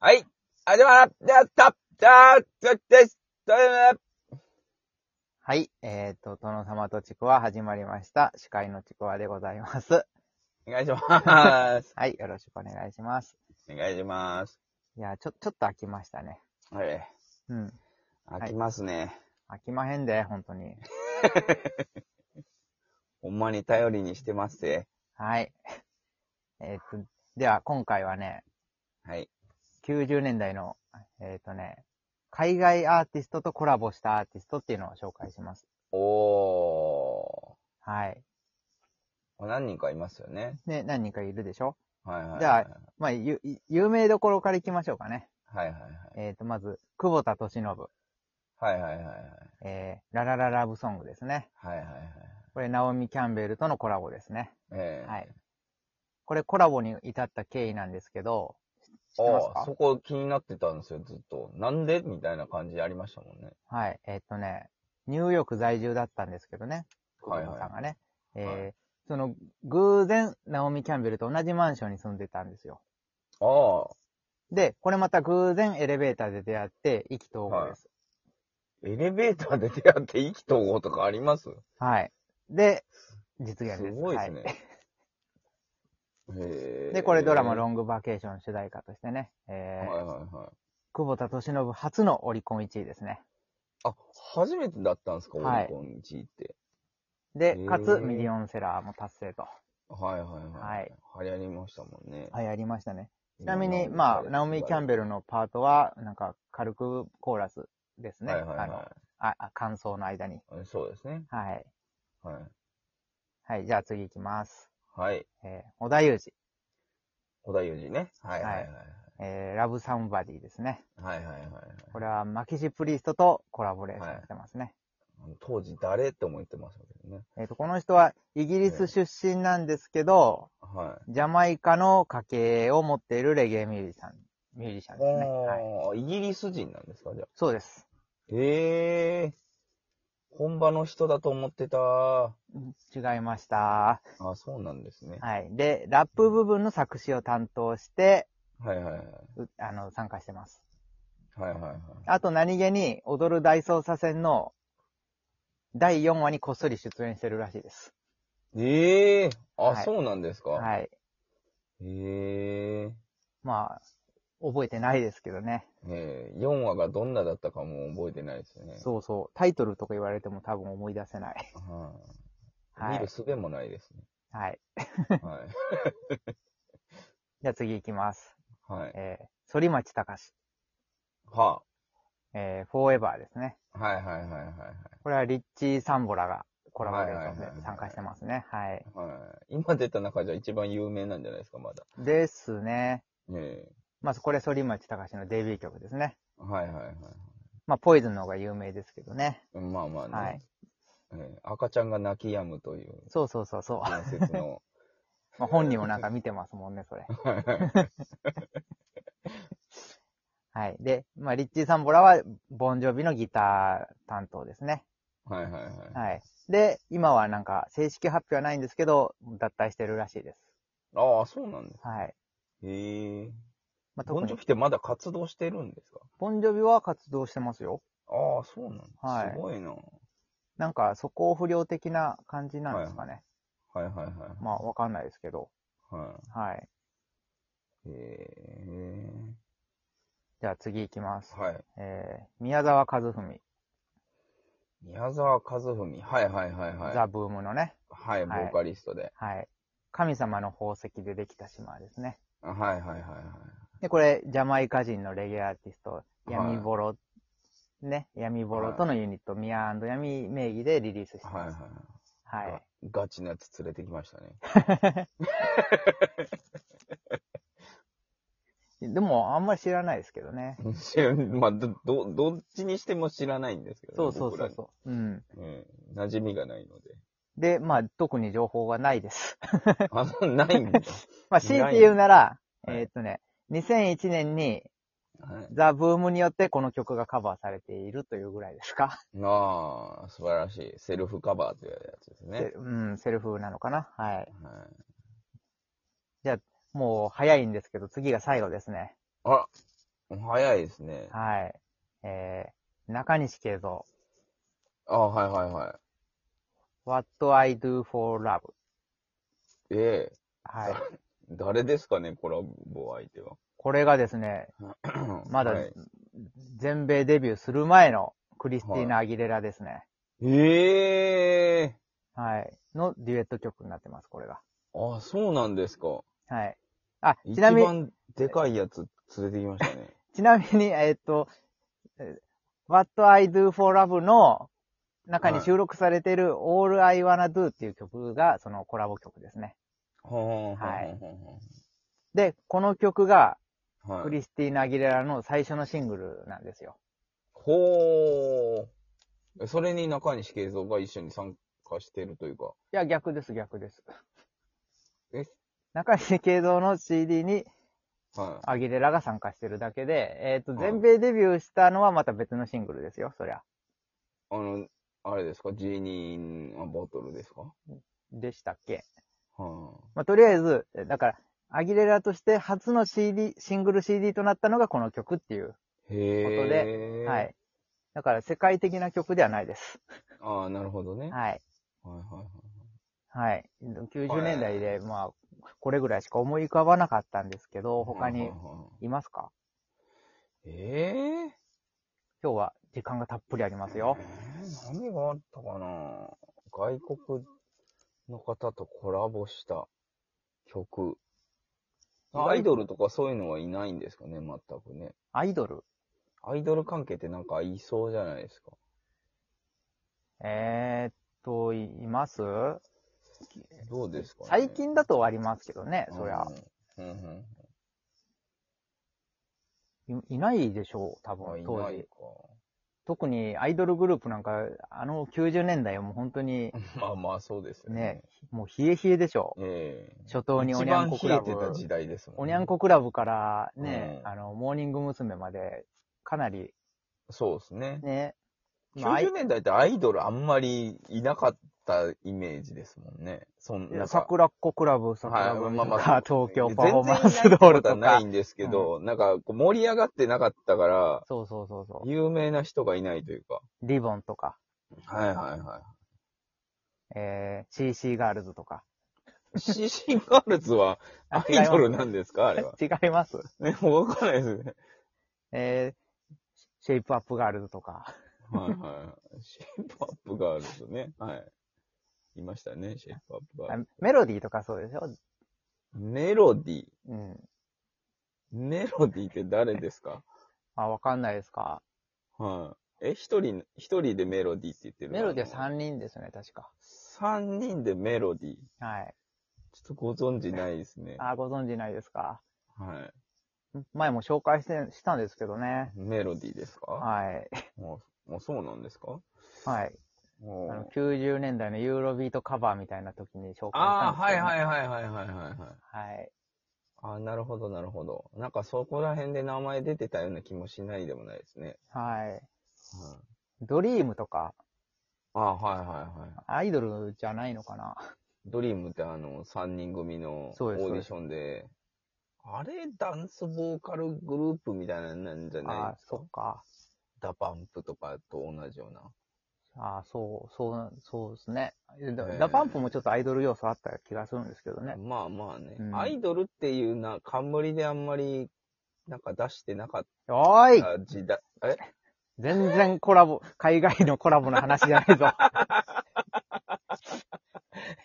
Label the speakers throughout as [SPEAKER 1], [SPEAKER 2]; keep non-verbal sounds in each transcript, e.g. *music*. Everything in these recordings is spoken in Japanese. [SPEAKER 1] はい。あ、では、では、た、た、た、です。た、た、
[SPEAKER 2] はい。えっ、と、殿様とちくわ始まりました。司会のちくわでございます。
[SPEAKER 1] お願いします。
[SPEAKER 2] はい。よろしくお願いします。
[SPEAKER 1] お願いします。
[SPEAKER 2] いや、ちょ、ちょっと飽きましたね。
[SPEAKER 1] はい。
[SPEAKER 2] うん。
[SPEAKER 1] 飽きますね。
[SPEAKER 2] 飽きまへんで、本当に。
[SPEAKER 1] ほんまに頼りにしてますぜ。
[SPEAKER 2] はい。えっ、と、では、今回はね、
[SPEAKER 1] はい。
[SPEAKER 2] 90年代の、えっ、とね、海外アーティストとコラボしたアーティストっていうのを紹介します。
[SPEAKER 1] お
[SPEAKER 2] はい。
[SPEAKER 1] ー。何人かいますよね。
[SPEAKER 2] ね、何人かいるでしょ
[SPEAKER 1] はいはいはい。
[SPEAKER 2] じゃあまあ、ゆ、有名どころから行きましょうかね。
[SPEAKER 1] はいはい
[SPEAKER 2] えっ、と、まず、久保田敏信。
[SPEAKER 1] はい。はいはいはいはい。
[SPEAKER 2] えー、ララララブソングですね。
[SPEAKER 1] はいはいはい。
[SPEAKER 2] これ、ナオミ・キャンベルとのコラボですね。
[SPEAKER 1] ええ
[SPEAKER 2] はい。これ、コラボに至った経緯なんですけど、知ってます
[SPEAKER 1] ああ、
[SPEAKER 2] か
[SPEAKER 1] そこ気になってたんですよ、ずっと。なんでみたいな感じありましたもんね。
[SPEAKER 2] はい。えっとね、ニューヨーク在住だったんですけどね、久
[SPEAKER 1] はい
[SPEAKER 2] 保
[SPEAKER 1] はい
[SPEAKER 2] 田さんがね。
[SPEAKER 1] は
[SPEAKER 2] えー、その、偶然、ナオミ・キャンベルと同じマンションに住んでたんですよ。
[SPEAKER 1] ああ、
[SPEAKER 2] で、これまた偶然エレベーターで出会って、意気投合です。
[SPEAKER 1] エレベーターで出会って意気投合とかあります
[SPEAKER 2] はい。で、実現
[SPEAKER 1] す
[SPEAKER 2] です。
[SPEAKER 1] ごいです
[SPEAKER 2] は
[SPEAKER 1] ね。へえ
[SPEAKER 2] いで、これドラマ
[SPEAKER 1] は
[SPEAKER 2] ロングバケーション主題歌としてね、
[SPEAKER 1] い
[SPEAKER 2] えー
[SPEAKER 1] はいはい。
[SPEAKER 2] 久保田敏信初のオリコン1位ですね。
[SPEAKER 1] あ、初めてだったんですか、オ
[SPEAKER 2] はい
[SPEAKER 1] リコン1位って。
[SPEAKER 2] で
[SPEAKER 1] へ、ー
[SPEAKER 2] かつミリオンセラーも達成と。
[SPEAKER 1] はいはいはい。流行りましたもんね。
[SPEAKER 2] はい、ありましたね。ちなみに、まあ、ナオミ・キャン
[SPEAKER 1] ベ
[SPEAKER 2] ベルのパートは、なんか、軽くコーラスですね。
[SPEAKER 1] はいはい
[SPEAKER 2] あの
[SPEAKER 1] は
[SPEAKER 2] ああ、感想の間に。
[SPEAKER 1] い。そうですね。
[SPEAKER 2] はい。
[SPEAKER 1] はい。
[SPEAKER 2] はい、じゃあ次行きます。
[SPEAKER 1] はい。
[SPEAKER 2] えー、小田裕二、
[SPEAKER 1] 小田裕二ね。はいはいはい。
[SPEAKER 2] えー、ラブ・サンバディですね。
[SPEAKER 1] はいはいはいはい。
[SPEAKER 2] これは、マキシ・プリストとコラボレーションしてますね。
[SPEAKER 1] 当時誰って思ってましたけどね。
[SPEAKER 2] えっ、と、この人は、イギリス出身なんですけど、
[SPEAKER 1] は
[SPEAKER 2] ジャマイカの家系を持っているレゲエミュージシャン、ミュージシャン
[SPEAKER 1] い。
[SPEAKER 2] ですね。はい、
[SPEAKER 1] おーイギリス人なんですか、じゃあ。
[SPEAKER 2] そうです。
[SPEAKER 1] ええ本場の人だと思ってた。あ、
[SPEAKER 2] 違いました。
[SPEAKER 1] そうなんですね。
[SPEAKER 2] はい。で、ラップ部分の作詞を担当して、
[SPEAKER 1] はいはいはいう
[SPEAKER 2] あの、参加してます。
[SPEAKER 1] はいはいはい。
[SPEAKER 2] あと何気に、踊る大捜査線の第4話にこっそり出演してるらしいです。
[SPEAKER 1] ええあ、
[SPEAKER 2] はい
[SPEAKER 1] そうなんですか。
[SPEAKER 2] はい。
[SPEAKER 1] ええ
[SPEAKER 2] まあ、覚えてないですけどね。
[SPEAKER 1] ええ4話がどんなだったかも覚えてないですよね。
[SPEAKER 2] そうそう。タイトルとか言われても多分思い出せない。
[SPEAKER 1] はい、
[SPEAKER 2] は
[SPEAKER 1] 見
[SPEAKER 2] い
[SPEAKER 1] る。術もないです
[SPEAKER 2] はい。
[SPEAKER 1] ね。はい。
[SPEAKER 2] じゃあ次行きます。
[SPEAKER 1] はい。
[SPEAKER 2] えー、反町隆史。
[SPEAKER 1] は
[SPEAKER 2] えー、フォーエバーですね。
[SPEAKER 1] あ、はいはいはいはい
[SPEAKER 2] これはリッチー・サンボラがコラボレーション
[SPEAKER 1] はいはいはいは
[SPEAKER 2] で
[SPEAKER 1] い
[SPEAKER 2] 参加してますね。はい。
[SPEAKER 1] はい。はい、今出た中じゃ一番有名なんじゃないですか、まだ。
[SPEAKER 2] ですね。
[SPEAKER 1] ええ
[SPEAKER 2] まずこれ反町隆史のデビュー曲ですね。
[SPEAKER 1] はいはいはい。
[SPEAKER 2] まあ、ポイズンの方が有名ですけどね。
[SPEAKER 1] まあまあね。
[SPEAKER 2] はい
[SPEAKER 1] ええ赤ちゃんが泣き止むという
[SPEAKER 2] そうそうそ
[SPEAKER 1] *laughs*
[SPEAKER 2] うそう。
[SPEAKER 1] 伝説の。
[SPEAKER 2] まあ、本人もなんか見てますもんね、それ。
[SPEAKER 1] はいはい
[SPEAKER 2] はい。で、まあ、リッチー・サンボラは、ボンジョビのギター担当ですね。
[SPEAKER 1] はいはい。あ
[SPEAKER 2] はい。で、今はなんか、正式発表はないんですけど、脱退してるらしいです。
[SPEAKER 1] あ、そうなんです。
[SPEAKER 2] はい。
[SPEAKER 1] へえ。
[SPEAKER 2] まあ、
[SPEAKER 1] ボ
[SPEAKER 2] 特
[SPEAKER 1] ンジョ
[SPEAKER 2] に
[SPEAKER 1] ビ、ってまだ活動してるんですか
[SPEAKER 2] ボンジョビは活動してますよ。
[SPEAKER 1] ああ、そうなんだ。
[SPEAKER 2] はい
[SPEAKER 1] すごいな。は
[SPEAKER 2] なんか、素行不良的な感じなんですかね。
[SPEAKER 1] いはいはい。
[SPEAKER 2] まあ、わかんないですけど。
[SPEAKER 1] は
[SPEAKER 2] はい。
[SPEAKER 1] い。へえ。
[SPEAKER 2] じゃあ次行きます。
[SPEAKER 1] はい。
[SPEAKER 2] えー、宮沢和文、
[SPEAKER 1] 宮沢和文。はいはいはいはい。
[SPEAKER 2] ザ・ブームのね。
[SPEAKER 1] はい、ボ
[SPEAKER 2] はい
[SPEAKER 1] ーカリストで。
[SPEAKER 2] はい。神様の宝石でできた島ですね。
[SPEAKER 1] はいはいはいはい。
[SPEAKER 2] で、これ、ジャマイカ人のレゲエアーティスト、
[SPEAKER 1] い
[SPEAKER 2] 闇ボロ、ね、闇ボロとのユニット、ミア闇名義でリリースして
[SPEAKER 1] はい
[SPEAKER 2] ます。
[SPEAKER 1] は。
[SPEAKER 2] はいい。
[SPEAKER 1] ガチなやつ連れてきましたね。 *laughs*
[SPEAKER 2] でも、あんまり知らないですけどね。
[SPEAKER 1] 知らんまあ、ど、どどっちにしても知らないんですけど、
[SPEAKER 2] そうそうそう
[SPEAKER 1] う。
[SPEAKER 2] そう。うん。
[SPEAKER 1] ええ馴染みがないので。 *laughs*
[SPEAKER 2] で、まあ、特に情報がないです。 *laughs*
[SPEAKER 1] あ、ないんだ。
[SPEAKER 2] まあ、強いて言うなら、
[SPEAKER 1] ない
[SPEAKER 2] えーっとね、2001年に
[SPEAKER 1] はい、
[SPEAKER 2] ザ・ブームによってこの曲がカバーされているというぐらいですか。
[SPEAKER 1] ああ、素晴らしい。セルフカバーというやつですね
[SPEAKER 2] で。 *laughs* うん、セルフなのかな。はい。
[SPEAKER 1] はい、
[SPEAKER 2] もう早いんですけど、次が最後ですね。
[SPEAKER 1] あら、早いですね。
[SPEAKER 2] はい。えー、中西慶三、
[SPEAKER 1] あはいはいはい。
[SPEAKER 2] What I Do for Love。
[SPEAKER 1] ええ
[SPEAKER 2] はい。
[SPEAKER 1] 誰ですかね、コラボ相手は。
[SPEAKER 2] これがですね、 *clears throat* まだ
[SPEAKER 1] はい
[SPEAKER 2] 全米デビューする前のクリスティーナ・アギレラですね。
[SPEAKER 1] ええ
[SPEAKER 2] はい。のデュエット曲になってます、これが。
[SPEAKER 1] あ、そうなんですか。
[SPEAKER 2] はい。あ、
[SPEAKER 1] 一
[SPEAKER 2] ちなみに、
[SPEAKER 1] 番でかいやつ連れてきました
[SPEAKER 2] *laughs*
[SPEAKER 1] ね。
[SPEAKER 2] ちなみに、えーっと、えー What I Do for Love の中に収録されている All I Wanna Do っていう曲がそのコラボ曲ですね。
[SPEAKER 1] はあ、
[SPEAKER 2] はい
[SPEAKER 1] は
[SPEAKER 2] で、この曲が
[SPEAKER 1] あ、はあ、はあ。
[SPEAKER 2] ク
[SPEAKER 1] はい。
[SPEAKER 2] リスティーナ・アギレラの最初のシングルなんですよ。
[SPEAKER 1] ほー。それに中西慶三が一緒に参加してるというか。
[SPEAKER 2] いや、逆です、逆です。
[SPEAKER 1] え
[SPEAKER 2] 中西慶三の CD に
[SPEAKER 1] は
[SPEAKER 2] アギレラが参加してるだけで、えっ、と、
[SPEAKER 1] はい
[SPEAKER 2] 全米デビューしたのはまた別のシングルですよ、そりゃ。
[SPEAKER 1] い。あの、あれですかジーニーボトルですか
[SPEAKER 2] でしたっけ
[SPEAKER 1] は
[SPEAKER 2] まあ、とりあえず、えだから、アギレラとして初の CD、シングル CD となったのがこの曲っていう。
[SPEAKER 1] あ。へ
[SPEAKER 2] こと
[SPEAKER 1] え。
[SPEAKER 2] は。い。だから世界的な曲ではないです。
[SPEAKER 1] ああ、なるほどね。はい
[SPEAKER 2] はい。
[SPEAKER 1] はいはい。
[SPEAKER 2] はい。90年代で、まあ、これぐらいしか思い浮かばなかったんですけど、他
[SPEAKER 1] はい
[SPEAKER 2] に
[SPEAKER 1] はいはい
[SPEAKER 2] ますか
[SPEAKER 1] いええ
[SPEAKER 2] 今日は時間がたっぷりありますよ。
[SPEAKER 1] えー何があったかな外国の方とコラボした曲。アイドルとかそういうのはいないんですかね、全くね。
[SPEAKER 2] アイドル
[SPEAKER 1] アイドル関係ってなんかいそうじゃないですか。
[SPEAKER 2] えー、っと、いいます
[SPEAKER 1] どうですか、ね、
[SPEAKER 2] 最近だとありますけどね、そりゃ。
[SPEAKER 1] うん。うん
[SPEAKER 2] いいないでしょう、多
[SPEAKER 1] うん。あ、
[SPEAKER 2] 分、
[SPEAKER 1] い
[SPEAKER 2] 当
[SPEAKER 1] ない
[SPEAKER 2] 時。特にアイドルグループなんか、あの90年代はもう本当に、
[SPEAKER 1] か。まあまあ、そうですよ
[SPEAKER 2] ね
[SPEAKER 1] ね。、
[SPEAKER 2] もう冷え冷えでしょう。
[SPEAKER 1] ええ
[SPEAKER 2] 初頭にお
[SPEAKER 1] 一
[SPEAKER 2] にゃ
[SPEAKER 1] 番
[SPEAKER 2] んこク
[SPEAKER 1] 冷え
[SPEAKER 2] ラブ
[SPEAKER 1] て。た時代ですもんね。
[SPEAKER 2] おにゃんこクラブからね、
[SPEAKER 1] うん
[SPEAKER 2] あの、モーニング娘。まで、かなり、
[SPEAKER 1] そうですね。
[SPEAKER 2] ね、まあアイ
[SPEAKER 1] 90年代ってアイドルあんまりいなかったイメージですもんね。そんなんか
[SPEAKER 2] 桜っ子クラブ、桜組とか、東京パフォーマンスドー
[SPEAKER 1] 全然いないって
[SPEAKER 2] ル
[SPEAKER 1] ことは
[SPEAKER 2] と
[SPEAKER 1] な
[SPEAKER 2] か
[SPEAKER 1] い。んですけど、なんかこう盛り上がってなかったから、
[SPEAKER 2] そうそうそうそ
[SPEAKER 1] 有名な人がいないというか。
[SPEAKER 2] う。リボンとか、
[SPEAKER 1] はいはいは
[SPEAKER 2] えー、CC ガールズとか。
[SPEAKER 1] い。シーシンガールズはアイドルなんですかあれは。
[SPEAKER 2] 違います。
[SPEAKER 1] ね、もうわかんないです
[SPEAKER 2] *laughs*
[SPEAKER 1] ね。
[SPEAKER 2] えー、シェイプアップガールズとか。
[SPEAKER 1] はいはい。シェイプアップガールズね。はい。いましたね、シェイプアップガールズ。
[SPEAKER 2] メロディーとかそうでしょ
[SPEAKER 1] メロディー。
[SPEAKER 2] うん。
[SPEAKER 1] メロディーって誰ですか
[SPEAKER 2] あ、わかんないですか。
[SPEAKER 1] はい。え、一人、一人でメロディーって言ってる
[SPEAKER 2] メロディー
[SPEAKER 1] 三
[SPEAKER 2] は3人ですよね、確か。
[SPEAKER 1] 三人でメロディー。
[SPEAKER 2] はい。
[SPEAKER 1] ちょっとご存知ないですね。
[SPEAKER 2] あ、ご存知ないですか。
[SPEAKER 1] は
[SPEAKER 2] 前も紹介してしたんですけどね。
[SPEAKER 1] い。メロディーですか
[SPEAKER 2] はい。
[SPEAKER 1] もう、もうそうなんですか
[SPEAKER 2] はい。
[SPEAKER 1] も
[SPEAKER 2] あの
[SPEAKER 1] う
[SPEAKER 2] 90年代のユーロビートカバーみたいな時に紹介した
[SPEAKER 1] あ
[SPEAKER 2] ん。
[SPEAKER 1] あ、はいはいいはいはいはいはいはい。
[SPEAKER 2] はい。
[SPEAKER 1] ああ、なるほどなるほど。なんかそこら辺で名前出てたような気もしないでもないですね。
[SPEAKER 2] はい。
[SPEAKER 1] はい、
[SPEAKER 2] ドリームとか、
[SPEAKER 1] ああ、はいはいはい。
[SPEAKER 2] アイドルじゃないのかな。
[SPEAKER 1] ドリームってあの、三人組のオ
[SPEAKER 2] そう
[SPEAKER 1] ー
[SPEAKER 2] です
[SPEAKER 1] ディションで、あれ、ダンスボーカルグループみたいなんなんじゃない
[SPEAKER 2] あ
[SPEAKER 1] です
[SPEAKER 2] そ
[SPEAKER 1] か
[SPEAKER 2] っか。
[SPEAKER 1] ダパンプとかと同じような。
[SPEAKER 2] あそう、そう、そうですね。だ
[SPEAKER 1] えー
[SPEAKER 2] ダパンプもちょっとアイドル要素あった気がするんですけどね。
[SPEAKER 1] まあまあね、
[SPEAKER 2] うん
[SPEAKER 1] アイドルっていうな、冠であんまり、なんか出してなかっ
[SPEAKER 2] おーい
[SPEAKER 1] た時代、え
[SPEAKER 2] 全然コラボ、 *laughs* 海外のコラボの話じゃないぞ。 *laughs*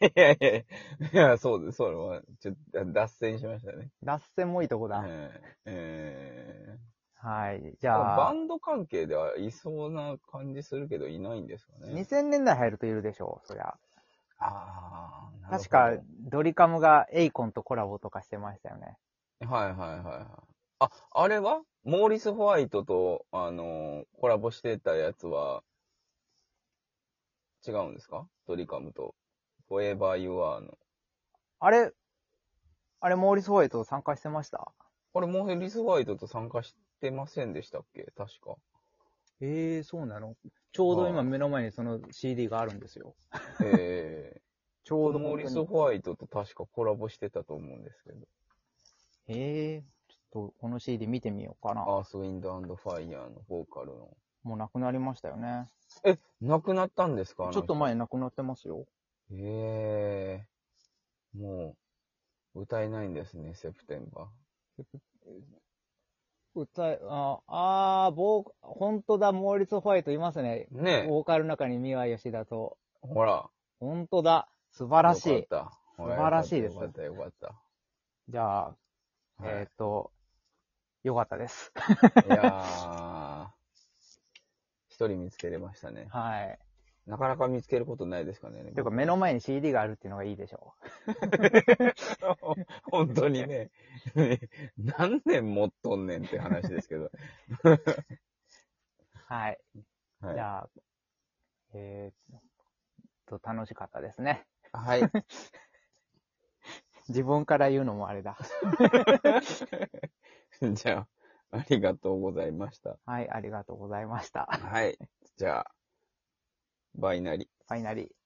[SPEAKER 1] いやいやいや、いや、そうです、それは、ちょっと脱線しましたね。
[SPEAKER 2] 脱線もいいとこだ。
[SPEAKER 1] えーえ
[SPEAKER 2] はい。じ
[SPEAKER 1] ー
[SPEAKER 2] ゃ
[SPEAKER 1] バ
[SPEAKER 2] あ、
[SPEAKER 1] ンド関係ではいそうな感じするけど、いないんですかね。
[SPEAKER 2] 2000年代入るといるでしょう、そりゃ。
[SPEAKER 1] ああ、なる
[SPEAKER 2] 確
[SPEAKER 1] ほど
[SPEAKER 2] か、ドリカムがエイコンとコラボとかしてましたよね。
[SPEAKER 1] はいはいはいはい。あ、あれはモーリス・ホワイトと、あのーコラボしてたやつは、違うんですかドリカムと。Forever You Are の。
[SPEAKER 2] あれ、あれ、モーリス・ホワイト参加してました
[SPEAKER 1] あれ、モーリス・ホワイトと参加してませんでしたっけ確か。
[SPEAKER 2] ええそうなのちょうど今目の前にその CD があるんですよ。
[SPEAKER 1] え
[SPEAKER 2] ちょ
[SPEAKER 1] ー、
[SPEAKER 2] うど
[SPEAKER 1] モー
[SPEAKER 2] 本
[SPEAKER 1] リ
[SPEAKER 2] 当
[SPEAKER 1] ス・
[SPEAKER 2] に。
[SPEAKER 1] ホワイトと確かコラボしてたと思うんですけど。
[SPEAKER 2] ええと、この CD 見てみようかな。
[SPEAKER 1] アース、ウィンドファイヤーのボーカルの。
[SPEAKER 2] もうなくなりましたよね。
[SPEAKER 1] え、亡くなったんですか
[SPEAKER 2] ちょっと。前なくなってますよ。
[SPEAKER 1] あの人ええもう、歌えないんですね、セプテンバ
[SPEAKER 2] 歌え、ああー、ボー、本当だ、モーリス・ホワイトいますね。
[SPEAKER 1] ー。ねえ、
[SPEAKER 2] ボーカルの中に三輪吉田と。
[SPEAKER 1] ほら。
[SPEAKER 2] 本当だ。素晴らし
[SPEAKER 1] よ
[SPEAKER 2] い。
[SPEAKER 1] かった。ほ
[SPEAKER 2] 素晴らしいです
[SPEAKER 1] よかった、よかった。よ
[SPEAKER 2] じゃあ、
[SPEAKER 1] かったはい
[SPEAKER 2] えーっと、よかった
[SPEAKER 1] *laughs*
[SPEAKER 2] です。
[SPEAKER 1] いやー、一人見つけれましたね。
[SPEAKER 2] はい。
[SPEAKER 1] なかなか見つけることないですかね。
[SPEAKER 2] ていうか、目の前に CD があるっていうのがいいでしょ
[SPEAKER 1] *laughs* 本当にね、何年持っとんねんって話ですけど。
[SPEAKER 2] う。はい。
[SPEAKER 1] はい
[SPEAKER 2] じ。ゃあ、えーっと、楽しかったですね。
[SPEAKER 1] はい。
[SPEAKER 2] 自分から言うのもあれだ。
[SPEAKER 1] *laughs* じゃあ、ありがとうございました。
[SPEAKER 2] はい、ありがとうございました。
[SPEAKER 1] はい。じゃあ、バイナリ。
[SPEAKER 2] ファイナリー。